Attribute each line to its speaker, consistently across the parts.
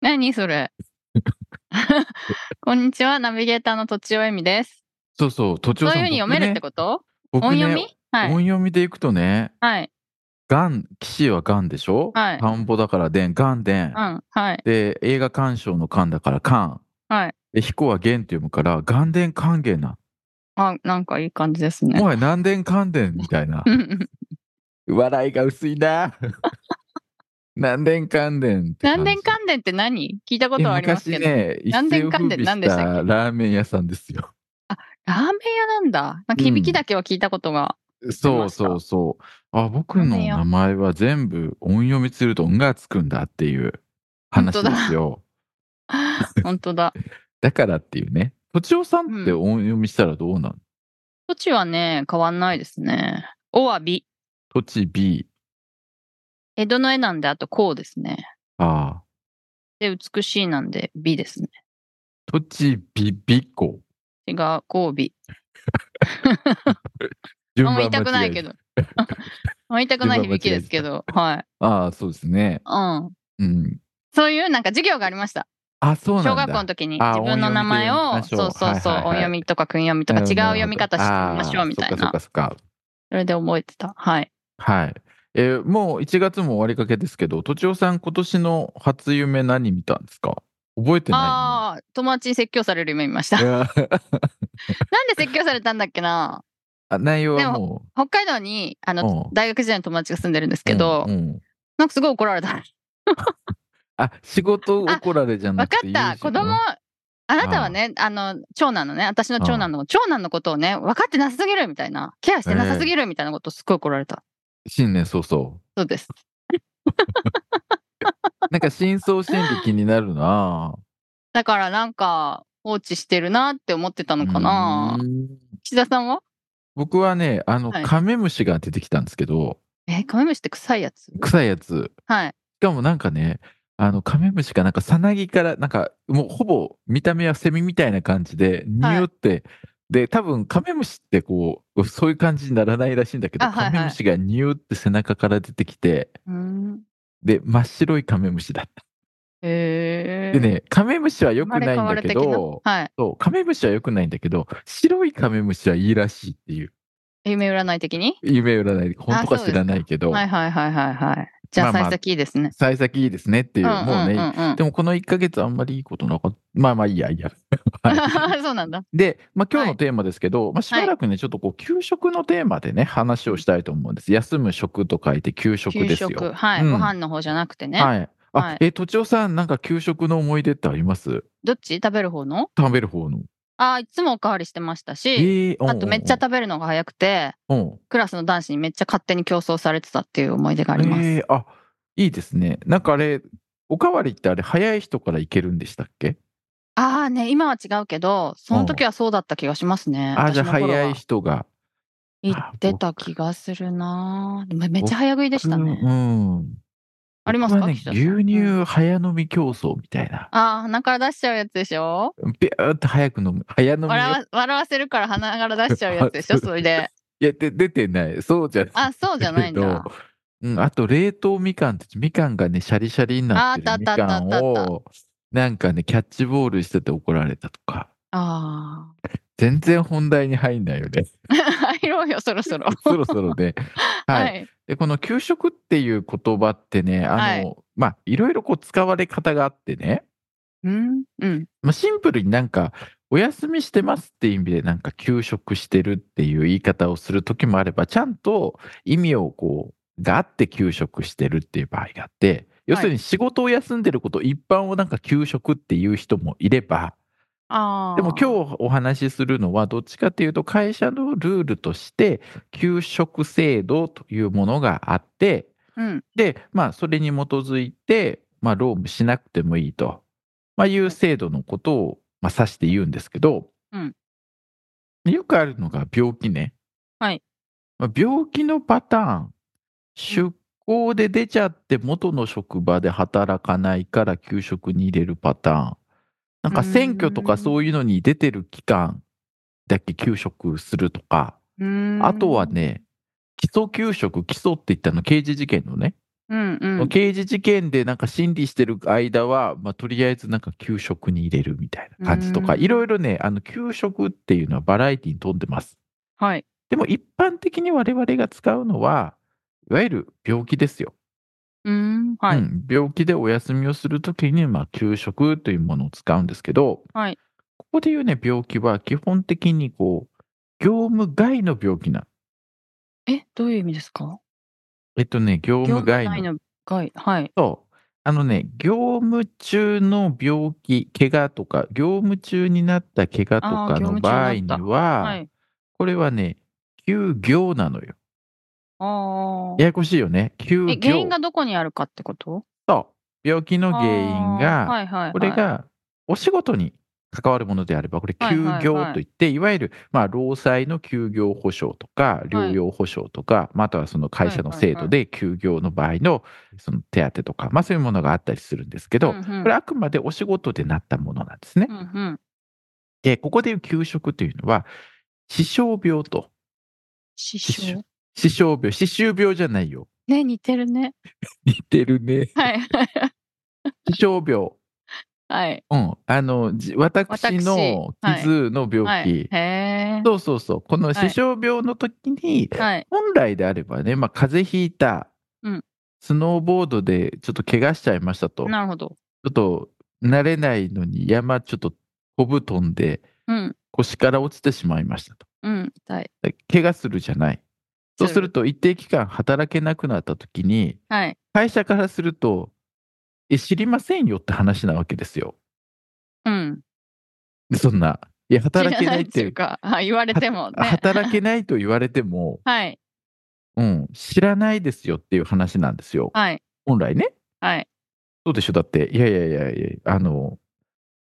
Speaker 1: 何それ こんにちは、ナビゲーターのとちおえみです。
Speaker 2: そうそう、途
Speaker 1: そ
Speaker 2: 中
Speaker 1: う
Speaker 2: さん
Speaker 1: いうふうに読めるっ
Speaker 2: と
Speaker 1: てこと、音読みはい。
Speaker 2: 音読みでいくとね、
Speaker 1: はい。
Speaker 2: ガン、岸はガンでしょ
Speaker 1: はい
Speaker 2: 田んぼだからでん、ガンで。
Speaker 1: うんん。はい。
Speaker 2: で、映画鑑賞のカンだからカン。
Speaker 1: はい。
Speaker 2: で、彦はゲンって読むから、ガンデンカンゲンな。
Speaker 1: あ、なんかいい感じですね
Speaker 2: も。はや何でんカンデンみたいな
Speaker 1: う。んうん
Speaker 2: 笑いが薄い な。何でんかんでんって感じ。
Speaker 1: 南電関電って何聞いたことはありますけど。
Speaker 2: え昔ね、一
Speaker 1: 何で
Speaker 2: 世
Speaker 1: ん
Speaker 2: を
Speaker 1: かん
Speaker 2: 風
Speaker 1: で
Speaker 2: 靡
Speaker 1: ん何
Speaker 2: し
Speaker 1: でしたたっけ
Speaker 2: ラーメン屋さんですよ。
Speaker 1: ラーメン屋なんだ。なんか響きだけは聞いたこと が。
Speaker 2: そうそうそう。あ、僕の名前は全部音読みすると音がつくんだっていう話ですよ。
Speaker 1: 本当だ。
Speaker 2: だからっていうね。とちおさんって
Speaker 1: う
Speaker 2: 音読みしたらどうなの
Speaker 1: とちはね、変わんないですね。おわび。
Speaker 2: とち B。
Speaker 1: 江戸の絵なんで、あとこうですね。
Speaker 2: ああ。
Speaker 1: で、美しいなんで、美ですね。
Speaker 2: とちびびこ。
Speaker 1: 違う、こうび。
Speaker 2: 順
Speaker 1: あん
Speaker 2: 番
Speaker 1: ま言いたくないけ
Speaker 2: ど。
Speaker 1: ど。 あんま言いたくない響きですけど。はい。
Speaker 2: ああ、そうですね。
Speaker 1: うん。
Speaker 2: うん。
Speaker 1: そういうなんか授業がありました。
Speaker 2: あ、そうなんだ。
Speaker 1: 小学校の時に
Speaker 2: あ
Speaker 1: 自分の名前
Speaker 2: 音
Speaker 1: を、
Speaker 2: 読みで
Speaker 1: そうそうそう、
Speaker 2: はいはいはい
Speaker 1: 音読みとか訓読みとか違
Speaker 2: な
Speaker 1: う
Speaker 2: るほど
Speaker 1: 読み方してみましょうみたい
Speaker 2: ああそっ
Speaker 1: な。
Speaker 2: かそっかそっか。
Speaker 1: それで覚えてた。はい。
Speaker 2: はい。えーもう1月も終わりかけですけど、とちおさん今年の初夢何見たんですか覚えてな
Speaker 1: ああ、友達に説教される夢見ました。
Speaker 2: い
Speaker 1: な
Speaker 2: の
Speaker 1: ん
Speaker 2: いや
Speaker 1: で説教されたんだっけな
Speaker 2: あ内容はもう。
Speaker 1: 北海道に、あの
Speaker 2: う、ん
Speaker 1: 大学時代の友達が住んでるんですけど、
Speaker 2: うんうん
Speaker 1: なんかすごい怒られた。
Speaker 2: あ仕事怒られじゃな
Speaker 1: わか
Speaker 2: くて
Speaker 1: った。子供、あなたはね、あの、長男のね、私の長男の、長男のことをね、分かってなさすぎるみたいな、ケアしてなさすぎるみたいなことをすごい怒られた。
Speaker 2: 新年そうそ
Speaker 1: そうです。
Speaker 2: うなんか真相心理気になるな
Speaker 1: だからなんか放置してるなって思ってたのかな
Speaker 2: う。ん
Speaker 1: 岸田さんは
Speaker 2: 僕はねあの、
Speaker 1: はい
Speaker 2: カメムシが出てきたんですけど
Speaker 1: え、カメムシって臭いやつ
Speaker 2: 臭いやつ
Speaker 1: はい。
Speaker 2: しかもなんかねあのカメムシがなんかさなぎからなんかもうほぼ見た目はセミみたいな感じで
Speaker 1: はい
Speaker 2: 匂って、で多分カメムシってこうそういう感じにならないらしいんだけど、
Speaker 1: あはいはい
Speaker 2: カメムシが匂って背中から出てきて
Speaker 1: うん。
Speaker 2: で真っ白いカメムシだった。
Speaker 1: へえ。
Speaker 2: でねカメムシは良
Speaker 1: 生
Speaker 2: く
Speaker 1: まれ
Speaker 2: ない
Speaker 1: 変
Speaker 2: ん
Speaker 1: わ
Speaker 2: だ
Speaker 1: る
Speaker 2: け
Speaker 1: 的な、
Speaker 2: ど
Speaker 1: はい。
Speaker 2: そうカメムシは良くないんだけど白いカメムシはいいらしいっていう
Speaker 1: 夢占い的に
Speaker 2: 夢占いで本当か知らないけど、
Speaker 1: はいはいはいはいはい。じゃ
Speaker 2: ま
Speaker 1: あ
Speaker 2: あまあ
Speaker 1: 幸先いいですね。
Speaker 2: 幸先いいですねっていう、もうね、
Speaker 1: んうん
Speaker 2: でもこの1ヶ月あんまりいいことなかったまあまあいいやいいや。はい
Speaker 1: うん そうなんだ。
Speaker 2: で、まあ、今日
Speaker 1: は
Speaker 2: のテーマですけど、まあ、しばらくね、ちょっとこう、給食のテーマでね、話をしたいと思うんです。休む食と書いて、給食
Speaker 1: 給
Speaker 2: ですよ。
Speaker 1: 食。はい。
Speaker 2: うん
Speaker 1: ご飯の方じゃなくてね。
Speaker 2: はい。あ、
Speaker 1: はい
Speaker 2: え、とちおさん、なんか給食の思い出ってあります
Speaker 1: どっち食べる方の
Speaker 2: 食べる方の。
Speaker 1: ああ、いつもおかわりしてました
Speaker 2: え
Speaker 1: し、
Speaker 2: ー
Speaker 1: あとめっちゃ食べるのが早くて、
Speaker 2: べうん。
Speaker 1: クラスの男子にめっちゃ勝手に競争されてたっていう思い出があります。
Speaker 2: えーあ、いいですね。なんかあれ、おかわりってあれ、早い人からいけるんでしたっけ
Speaker 1: ああね、今は違うけど、その時はそうだった気がしますね。
Speaker 2: あ、じゃあ
Speaker 1: 私の頃は
Speaker 2: 早い人が。
Speaker 1: 行ってた気がするなぁ。でもめっちゃ早食いでした
Speaker 2: う
Speaker 1: ね。
Speaker 2: ん。うん
Speaker 1: ありますか、
Speaker 2: 僕はね
Speaker 1: 岸田さん
Speaker 2: 牛
Speaker 1: う
Speaker 2: 乳
Speaker 1: ん
Speaker 2: 早飲み競争みたいな。
Speaker 1: ああ、鼻から出しちゃうやつでしょ
Speaker 2: ビューって早く飲む。早飲みよ。
Speaker 1: 笑わ笑わせるから鼻から出しちゃうやつでし ょ
Speaker 2: あそう
Speaker 1: それで。
Speaker 2: いや、で出てない。そうじゃない。
Speaker 1: あ、そうじゃないんだ。
Speaker 2: うん、あと冷凍みかんってみかんがねシャリシャリになって
Speaker 1: ああ
Speaker 2: る
Speaker 1: っ
Speaker 2: み
Speaker 1: たあったあ
Speaker 2: か
Speaker 1: っ
Speaker 2: ん
Speaker 1: たあった
Speaker 2: をなんかねキャッチボールしてて怒られたとか
Speaker 1: あ
Speaker 2: 全然本題に入んないよ ね
Speaker 1: あ。入ろうよ、そろ そろ。
Speaker 2: そろそろねはい、
Speaker 1: はい。
Speaker 2: でこの給食っていう言葉ってねあの、
Speaker 1: はい
Speaker 2: まあいろいろこう使われ方があってね、
Speaker 1: うんうん。
Speaker 2: まあ、シンプルになんかお休みしてますっていう意味でなんか休職してるっていう言い方をする時もあればちゃんと意味をこうがあって休職してるっていう場合があって要するに仕事を休んでること一般をなんか休職っていう人もいれば
Speaker 1: ああ。
Speaker 2: でも今日お話しするのはどっちかっていうと会社のルールとして休職制度というものがあって
Speaker 1: うん。
Speaker 2: でまあそれに基づいてまあ労務しなくてもいいとまあ、いう制度のことを、まあ、指して言うんですけど、
Speaker 1: うん
Speaker 2: よくあるのが病気ね。
Speaker 1: はい
Speaker 2: まあ、病気のパターン、出向で出ちゃって元の職場で働かないから給食に入れるパターン、なんか選挙と
Speaker 1: うー
Speaker 2: か
Speaker 1: ん
Speaker 2: そういうのに出てる期間だけ給食するとか、
Speaker 1: うーん
Speaker 2: あとは、ね、基礎給食、基礎って言ったの刑事事件のね、
Speaker 1: うんうん、
Speaker 2: 刑事事件でなんか審理してる間は、まあ、とりあえずなんか給食に入れるみたいな感じとか、
Speaker 1: うん
Speaker 2: いろいろね、あの給食っていうのはバラエティに富んでます。
Speaker 1: はい。
Speaker 2: でも一般的に我々が使うのは、いわゆる病気ですよ。
Speaker 1: うーん、はい。
Speaker 2: うん病気でお休みをするときに、まあ、給食というものを使うんですけど、
Speaker 1: はい
Speaker 2: ここで言うね、病気は基本的にこう、業務外の病気なの。
Speaker 1: え、どういう意味ですか
Speaker 2: えっとね、業務外の
Speaker 1: 業務外の外。はい。
Speaker 2: そう。あのね、業務中の病気、怪我とか、業務中になった怪我と
Speaker 1: あー
Speaker 2: か
Speaker 1: 業
Speaker 2: の
Speaker 1: 務中にな
Speaker 2: 場
Speaker 1: っ
Speaker 2: 合に
Speaker 1: た
Speaker 2: は、
Speaker 1: はい。
Speaker 2: これはね、休業なのよ。
Speaker 1: ああ
Speaker 2: や。やこしいよね。休
Speaker 1: え、
Speaker 2: 業
Speaker 1: 原因がどこにあるかってこと
Speaker 2: と病気の原因
Speaker 1: あー
Speaker 2: が、
Speaker 1: はいはいはい、
Speaker 2: これがお仕事に関わるものであれば、これ
Speaker 1: はい
Speaker 2: 休
Speaker 1: はい
Speaker 2: 業
Speaker 1: はい
Speaker 2: といって、いわゆる、まあ、労災の休業保障とか、療養保障とか、まああとはその会社の制度で休業の場合のその手当とか、まあ、そういうものがあったりするんですけど、
Speaker 1: うんうん
Speaker 2: これあくまでお仕事でなったものなんですね
Speaker 1: う。んうん。
Speaker 2: で、ここでいう給食というのは、死傷病と。
Speaker 1: 師
Speaker 2: 師
Speaker 1: 匠
Speaker 2: 匠。死傷病、死臭病じゃないよ。
Speaker 1: ね、似てるね。
Speaker 2: 似てるね。
Speaker 1: はい。
Speaker 2: 死傷病。
Speaker 1: はい。
Speaker 2: うん。あの、じ私の
Speaker 1: 私はい
Speaker 2: 傷の病気。
Speaker 1: はい。へえ。
Speaker 2: そうそうそう。この
Speaker 1: はい
Speaker 2: 死傷病の時に、
Speaker 1: はい。
Speaker 2: 本来であればね、まあ、風邪ひいた、
Speaker 1: うん
Speaker 2: スノーボードでちょっと怪我しちゃいましたと。ちょ
Speaker 1: なるほど。
Speaker 2: っと慣れないのに山ちょっとこぶ飛んで
Speaker 1: うん。
Speaker 2: 腰から落ちてしまいましたと。
Speaker 1: うん。痛い。
Speaker 2: 怪我するじゃない。そうすると一定期間働けなくなった時に
Speaker 1: はい。
Speaker 2: 会社からするとえ知りませんよって話なわけですよ。
Speaker 1: うん。
Speaker 2: そんな。いや働けないっ
Speaker 1: 知らって ていうか、はい言われてもね。
Speaker 2: 働けないと言われても、
Speaker 1: はい。
Speaker 2: うん、知らないですよっていう話なんですよ。
Speaker 1: はい。
Speaker 2: 本来ね。
Speaker 1: はい。
Speaker 2: そうでしょだっていやいやいやいやあの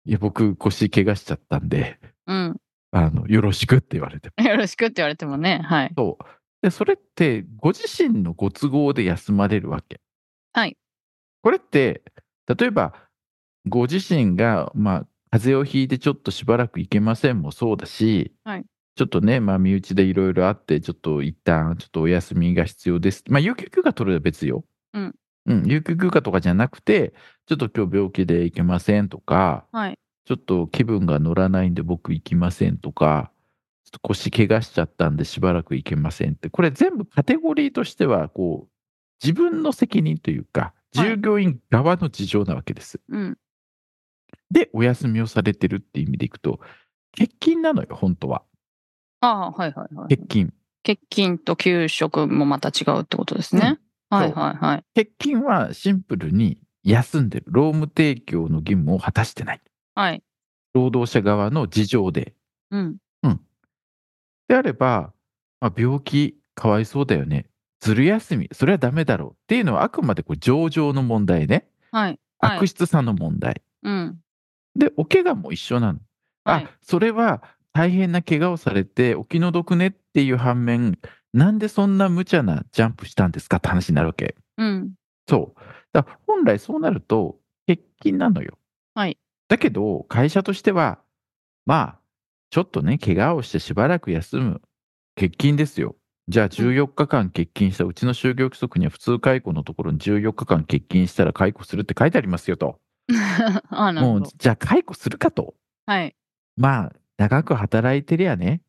Speaker 2: いや僕腰怪我しちゃったんで
Speaker 1: うん。
Speaker 2: あのよろしくって言われても。
Speaker 1: よろしくって言われてもね。はい。
Speaker 2: そうでそれってご自身のご都合で休まれるわけ。
Speaker 1: はい。
Speaker 2: これって、例えば、ご自身が、まあ、風邪をひいてちょっとしばらく行けませんもそうだし、
Speaker 1: はい
Speaker 2: ちょっとね、まあ、身内でいろいろあって、ちょっと一旦、ちょっとお休みが必要です。まあ、有給休暇取れば別よ。
Speaker 1: うん。
Speaker 2: うん、有給休暇とかじゃなくて、ちょっと今日病気で行けませんとか、
Speaker 1: はい。
Speaker 2: ちょっと気分が乗らないんで僕行きませんとか、ちょっと腰怪我しちゃったんでしばらく行けませんって、これ全部カテゴリーとしては、こう、自分の責任というか、
Speaker 1: はい
Speaker 2: 従業員側の事情なわけです。
Speaker 1: うん。
Speaker 2: で、お休みをされてるって意味でいくと、欠勤なのよ、本当は。
Speaker 1: ああ、はいはいはい。
Speaker 2: 欠勤。
Speaker 1: 欠勤と給食もまた違うってことですね。はいはいはい。
Speaker 2: 欠勤はシンプルに休んでる。労務提供の義務を果たしてない。
Speaker 1: はい。
Speaker 2: 労働者側の事情で。
Speaker 1: うん。
Speaker 2: であれば、まあ、病気かわいそうだよね。ずる休み、それはダメだろうっていうのはあくまでこう上場の問題ね。
Speaker 1: はい。はい
Speaker 2: 悪質さの問題。
Speaker 1: うん。
Speaker 2: で、お怪我も一緒なの。
Speaker 1: はい
Speaker 2: あ、それは大変な怪我をされてお気の毒ねっていう反面、なんでそんな無茶なジャンプしたんですかって話になるわけ。
Speaker 1: うん。
Speaker 2: そう。だから本来そうなると欠勤なのよ。
Speaker 1: はい。
Speaker 2: だけど、会社としては、まあ、ちょっとね、怪我をしてしばらく休む。欠勤ですよ。じゃあ14日間欠勤したうちの就業規則には普通解雇のところに14日間欠勤したら解雇するって書いてありますよと。
Speaker 1: あなる
Speaker 2: も
Speaker 1: ほ
Speaker 2: う
Speaker 1: ど。
Speaker 2: じゃあ解雇するかと。
Speaker 1: はい。
Speaker 2: まあ長く働いてりゃね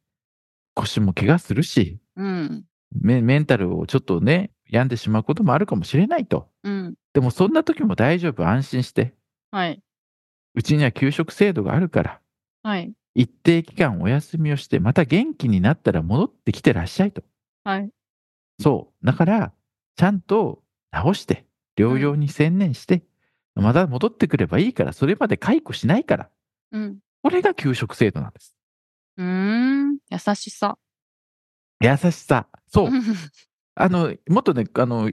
Speaker 2: 腰も怪我するし
Speaker 1: うん。
Speaker 2: メメンタルをちょっとね病んでしまうこともあるかもしれないと。
Speaker 1: うん。
Speaker 2: でもそんな時も大丈夫安心して
Speaker 1: はい。
Speaker 2: うちには給食制度があるから
Speaker 1: はい。
Speaker 2: 一定期間お休みをして、また元気になったら戻ってきてらっしゃいと。
Speaker 1: はい。
Speaker 2: そう。だから、ちゃんと治して、療養に専念して、また戻ってくればいいから、それまで解雇しないから。
Speaker 1: うん。
Speaker 2: これが給食制度なんです。
Speaker 1: うーん。優し さ。
Speaker 2: 優しさ。そうう。
Speaker 1: ん
Speaker 2: あの、もっとね、あの、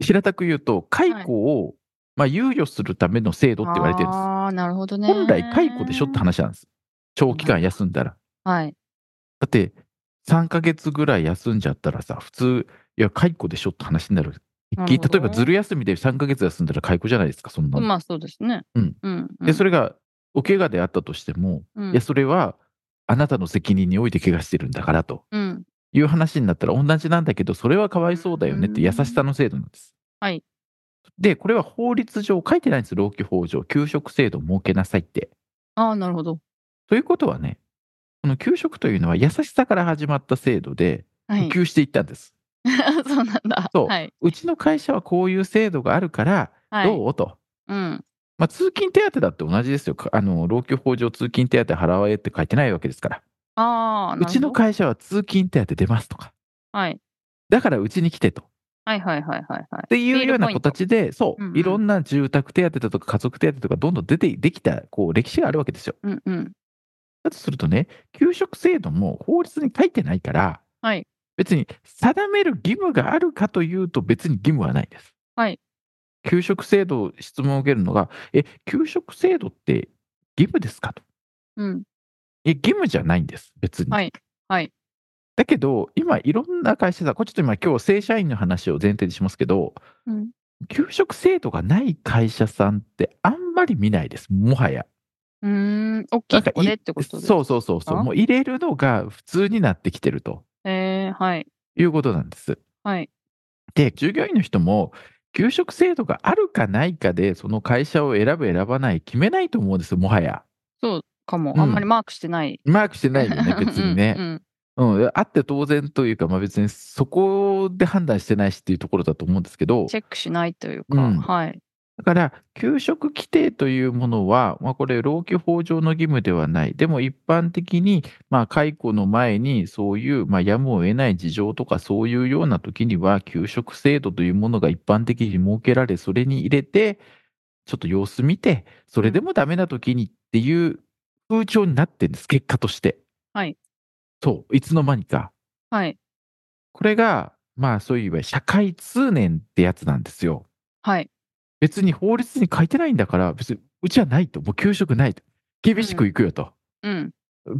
Speaker 2: 平たく言うと、解雇をまあ、猶予するための制度って言われてるんです。
Speaker 1: ああ、なるほどね。
Speaker 2: 本来解雇でしょって話なんです。長期間休んだら。
Speaker 1: はい。
Speaker 2: だって、3ヶ月ぐらい休んじゃったらさ、普通、いや、解雇でしょって話になる。
Speaker 1: な
Speaker 2: 例
Speaker 1: る
Speaker 2: え
Speaker 1: ほど
Speaker 2: ば、ずる休みで3ヶ月休んだら解雇じゃないですか、そんなの。
Speaker 1: まあそうですね。
Speaker 2: うん。
Speaker 1: うん。
Speaker 2: で、そ
Speaker 1: れ、
Speaker 2: れが、お怪我であったとしても、
Speaker 1: うん
Speaker 2: いや、それは、あなたの責任において怪我してるんだからと
Speaker 1: うん。
Speaker 2: いう話になったら、同じなんだけど、それはかわいそうだよねって、
Speaker 1: うん
Speaker 2: 優しさの制度なんです。
Speaker 1: はい。
Speaker 2: で、これは法律上、書いてないんです、労基法上、給食制度を設けなさいって。
Speaker 1: ああ、なるほど。
Speaker 2: ということはね、この給食というのは優しさから始まった制度で、
Speaker 1: はい。
Speaker 2: 普及していったんです。
Speaker 1: そうなんだ。
Speaker 2: そう
Speaker 1: はい。
Speaker 2: うちの会社はこういう制度があるから、
Speaker 1: はい。
Speaker 2: どうと。
Speaker 1: うん。
Speaker 2: まあ、通勤手当だって同じですよ。かあの、労基法上通勤手当払えって書いてないわけですから。
Speaker 1: ああ、
Speaker 2: うちの
Speaker 1: 会
Speaker 2: 会社は通勤手当出ますとか。
Speaker 1: はい。
Speaker 2: だからうちに来てと。っ
Speaker 1: はいはいはいはいはい。
Speaker 2: ていうような
Speaker 1: ビールポイント
Speaker 2: 形で、そ
Speaker 1: うんうん
Speaker 2: う、いろんな住宅手当だとか家族手当とかどんどん出て、できた、こう、歴史があるわけですよ。
Speaker 1: うんうん。
Speaker 2: だとするとね、給食制度も法律に書いてないから、
Speaker 1: はい
Speaker 2: 別に定める義務があるかというと、別に義務はないです。
Speaker 1: はい
Speaker 2: 給食制度、質問を受けるのが、え、給食制度って義務ですかと。
Speaker 1: うん。
Speaker 2: え、義務じゃないんです、別に。
Speaker 1: はい。はい。
Speaker 2: だけど、今、いろんな会社さん、これちょっと今、今日正社員の話を前提にしますけど、
Speaker 1: うん
Speaker 2: 給食制度がない会社さんってあんまり見ないです、もはや。
Speaker 1: うーん。大きいとこでってことで。う。
Speaker 2: そうそうそうそう、
Speaker 1: あ
Speaker 2: もう入れるのが普通になってきてると
Speaker 1: えー、はい。
Speaker 2: いうことなんです。
Speaker 1: はい。
Speaker 2: で、従業員の人も、給食制度があるかないかで、その会社を選ぶ、選ばない、決めないと思うんですよ、もはや。
Speaker 1: そうかも
Speaker 2: う。ん
Speaker 1: あんまりマークしてない。
Speaker 2: マークしてないよ ね、別に
Speaker 1: うん
Speaker 2: ね。
Speaker 1: うん。
Speaker 2: うん、あって当然というか、まあ、別にそこで判断してないしっていうところだと思うんですけど、
Speaker 1: チェックしないという
Speaker 2: う
Speaker 1: か。
Speaker 2: ん
Speaker 1: はい。
Speaker 2: だから、給食規定というものは、まあ、これ、労基法上の義務ではない。でも、一般的に、まあ、解雇の前に、そういう、まあ、やむを得ない事情とか、そういうような時には、給食制度というものが一般的に設けられ、それに入れて、ちょっと様子見て、それでもダメな時にっていう風潮になってるんです、結果として。
Speaker 1: はい。
Speaker 2: そう、いつの間にか。
Speaker 1: はい。
Speaker 2: これが、まあ、そういえば、社会通念ってやつなんですよ。
Speaker 1: はい。
Speaker 2: 別に法律に書いてないんだから、別にうちはないと、もう給食ないと、厳しくいくよと。
Speaker 1: うん。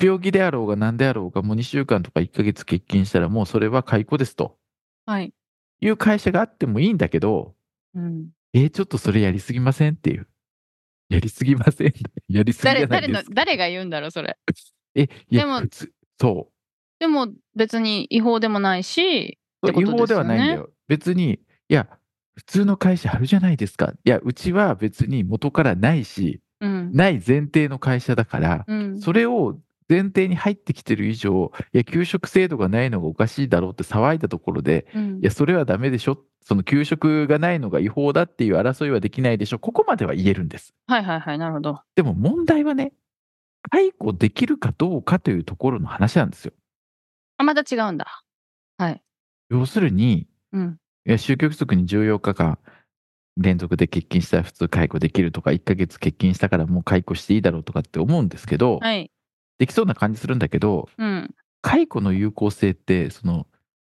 Speaker 2: 病気であろうが何であろうが、もう2週間とか1ヶ月欠勤したら、もうそれは解雇ですと
Speaker 1: はい。
Speaker 2: いう会社があってもいいんだけど、
Speaker 1: うん。
Speaker 2: えーちょっとそれやりすぎませんっていう。 やりすぎません やりすぎじ
Speaker 1: 誰、
Speaker 2: ゃない
Speaker 1: 誰
Speaker 2: で
Speaker 1: の
Speaker 2: す、か。
Speaker 1: 誰が言うんだろう、それ。
Speaker 2: え、いや
Speaker 1: でも
Speaker 2: 普通そ
Speaker 1: でも別に違法でもないし、
Speaker 2: う
Speaker 1: ってこと
Speaker 2: 違
Speaker 1: ですよね
Speaker 2: 法ではないんだよ。別に、いや、普通の会社あるじゃないですか。いや、うちは別に元からないし、
Speaker 1: うん。
Speaker 2: ない前提の会社だから、
Speaker 1: うん。
Speaker 2: それを前提に入ってきてる以上、いや、給食制度がないのがおかしいだろうって騒いだところで、
Speaker 1: う
Speaker 2: い
Speaker 1: ん
Speaker 2: や、それはダメでしょ、その給食がないのが違法だっていう争いはできないでしょ、ここまでは言えるんです。
Speaker 1: はいはいはい、なるほど。
Speaker 2: でも問題はね、解雇できるかどうかというところの話なんですよ。
Speaker 1: あ、また違うんだ。はい。
Speaker 2: 要するに、
Speaker 1: うん。
Speaker 2: いや就業不足に14日間連続で欠勤したら普通解雇できるとか、1ヶ月欠勤したからもう解雇していいだろうとかって思うんですけど、
Speaker 1: はい。
Speaker 2: できそうな感じするんだけど、
Speaker 1: うん。
Speaker 2: 解雇の有効性ってその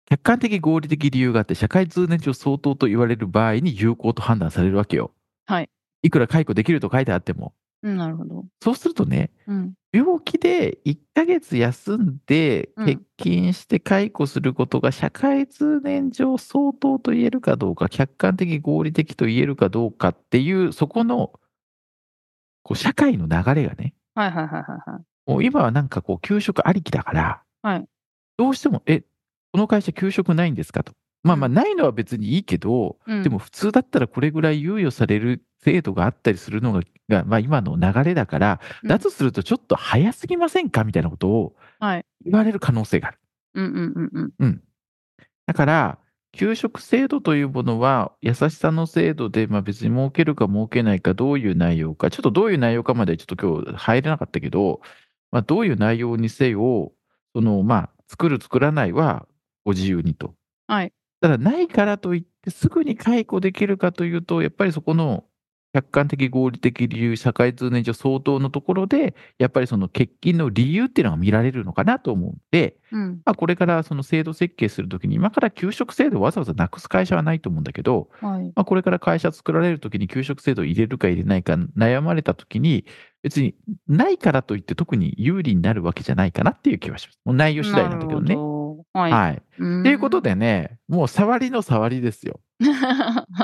Speaker 2: 客観的合理的理由があって社会通念上相当と言われる場合に有効と判断されるわけよ。
Speaker 1: はい、
Speaker 2: いくら解雇できると書いてあっても
Speaker 1: うん、なるほど。
Speaker 2: そうするとね
Speaker 1: うん。
Speaker 2: 病気で1ヶ月休んで
Speaker 1: うん
Speaker 2: 欠勤して解雇することが社会通念上相当と言えるかどうか客観的合理的と言えるかどうかっていうそこのこう社会の流れがね
Speaker 1: はいはいはいはいはい。
Speaker 2: もう今はなんかこう、給食ありきだから、
Speaker 1: はい
Speaker 2: どうしても、え、この会社給食ないんですかと。まあまあ、
Speaker 1: うん
Speaker 2: ないのは別にいいけど、
Speaker 1: うん、
Speaker 2: でも、普通だったらこれぐらい猶予される制度があったりするのが、がまあ今の流れだから、
Speaker 1: うん
Speaker 2: だとするとちょっと早すぎませんかみたいなことを
Speaker 1: はい。
Speaker 2: 言われる可能性がある。
Speaker 1: うんうんうんうん。
Speaker 2: だから、給食制度というものは、優しさの制度で、まあ別に設けるか設けないか、どういう内容か、ちょっとどういう内容かまでちょっと今日入れなかったけど、まあどういう内容にせよ、その、まあ、作る作らないはご自由にと。
Speaker 1: はい。
Speaker 2: ただ、ないからといって、すぐに解雇できるかというと、やっぱりそこの客観的合理的理由、社会通念上相当のところで、やっぱりその欠勤の理由っていうのが見られるのかなと思うんで、
Speaker 1: うん。
Speaker 2: まあ、これからその制度設計するときに、今から給食制度をわざわざなくす会社はないと思うんだけど、
Speaker 1: はい。
Speaker 2: まあ、これから会社作られるときに給食制度を入れるか入れないか悩まれたときに、別にないからといって特に有利になるわけじゃないかなっていう気はします。もう内容次第なんだけどね。
Speaker 1: るほどはい。
Speaker 2: はい。
Speaker 1: っ
Speaker 2: ということ。でね、もう触りの触りですよ。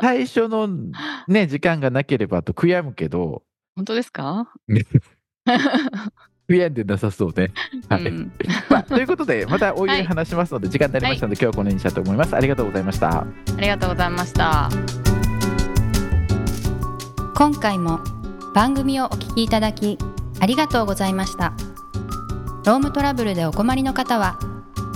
Speaker 2: 最初のね、時間がなければと悔やむけど、
Speaker 1: 本当で すか
Speaker 2: 悔やんでなさそうね。はい
Speaker 1: うん
Speaker 2: まあということで、またおいお
Speaker 1: はいい
Speaker 2: 話しますので、時間になりましたので、今日はこのようにしたいと思います。ありがとうございました。
Speaker 1: ありがとうございました。
Speaker 3: 今回も番組をお聞きいただきありがとうございましたロームトラブルでお困りの方は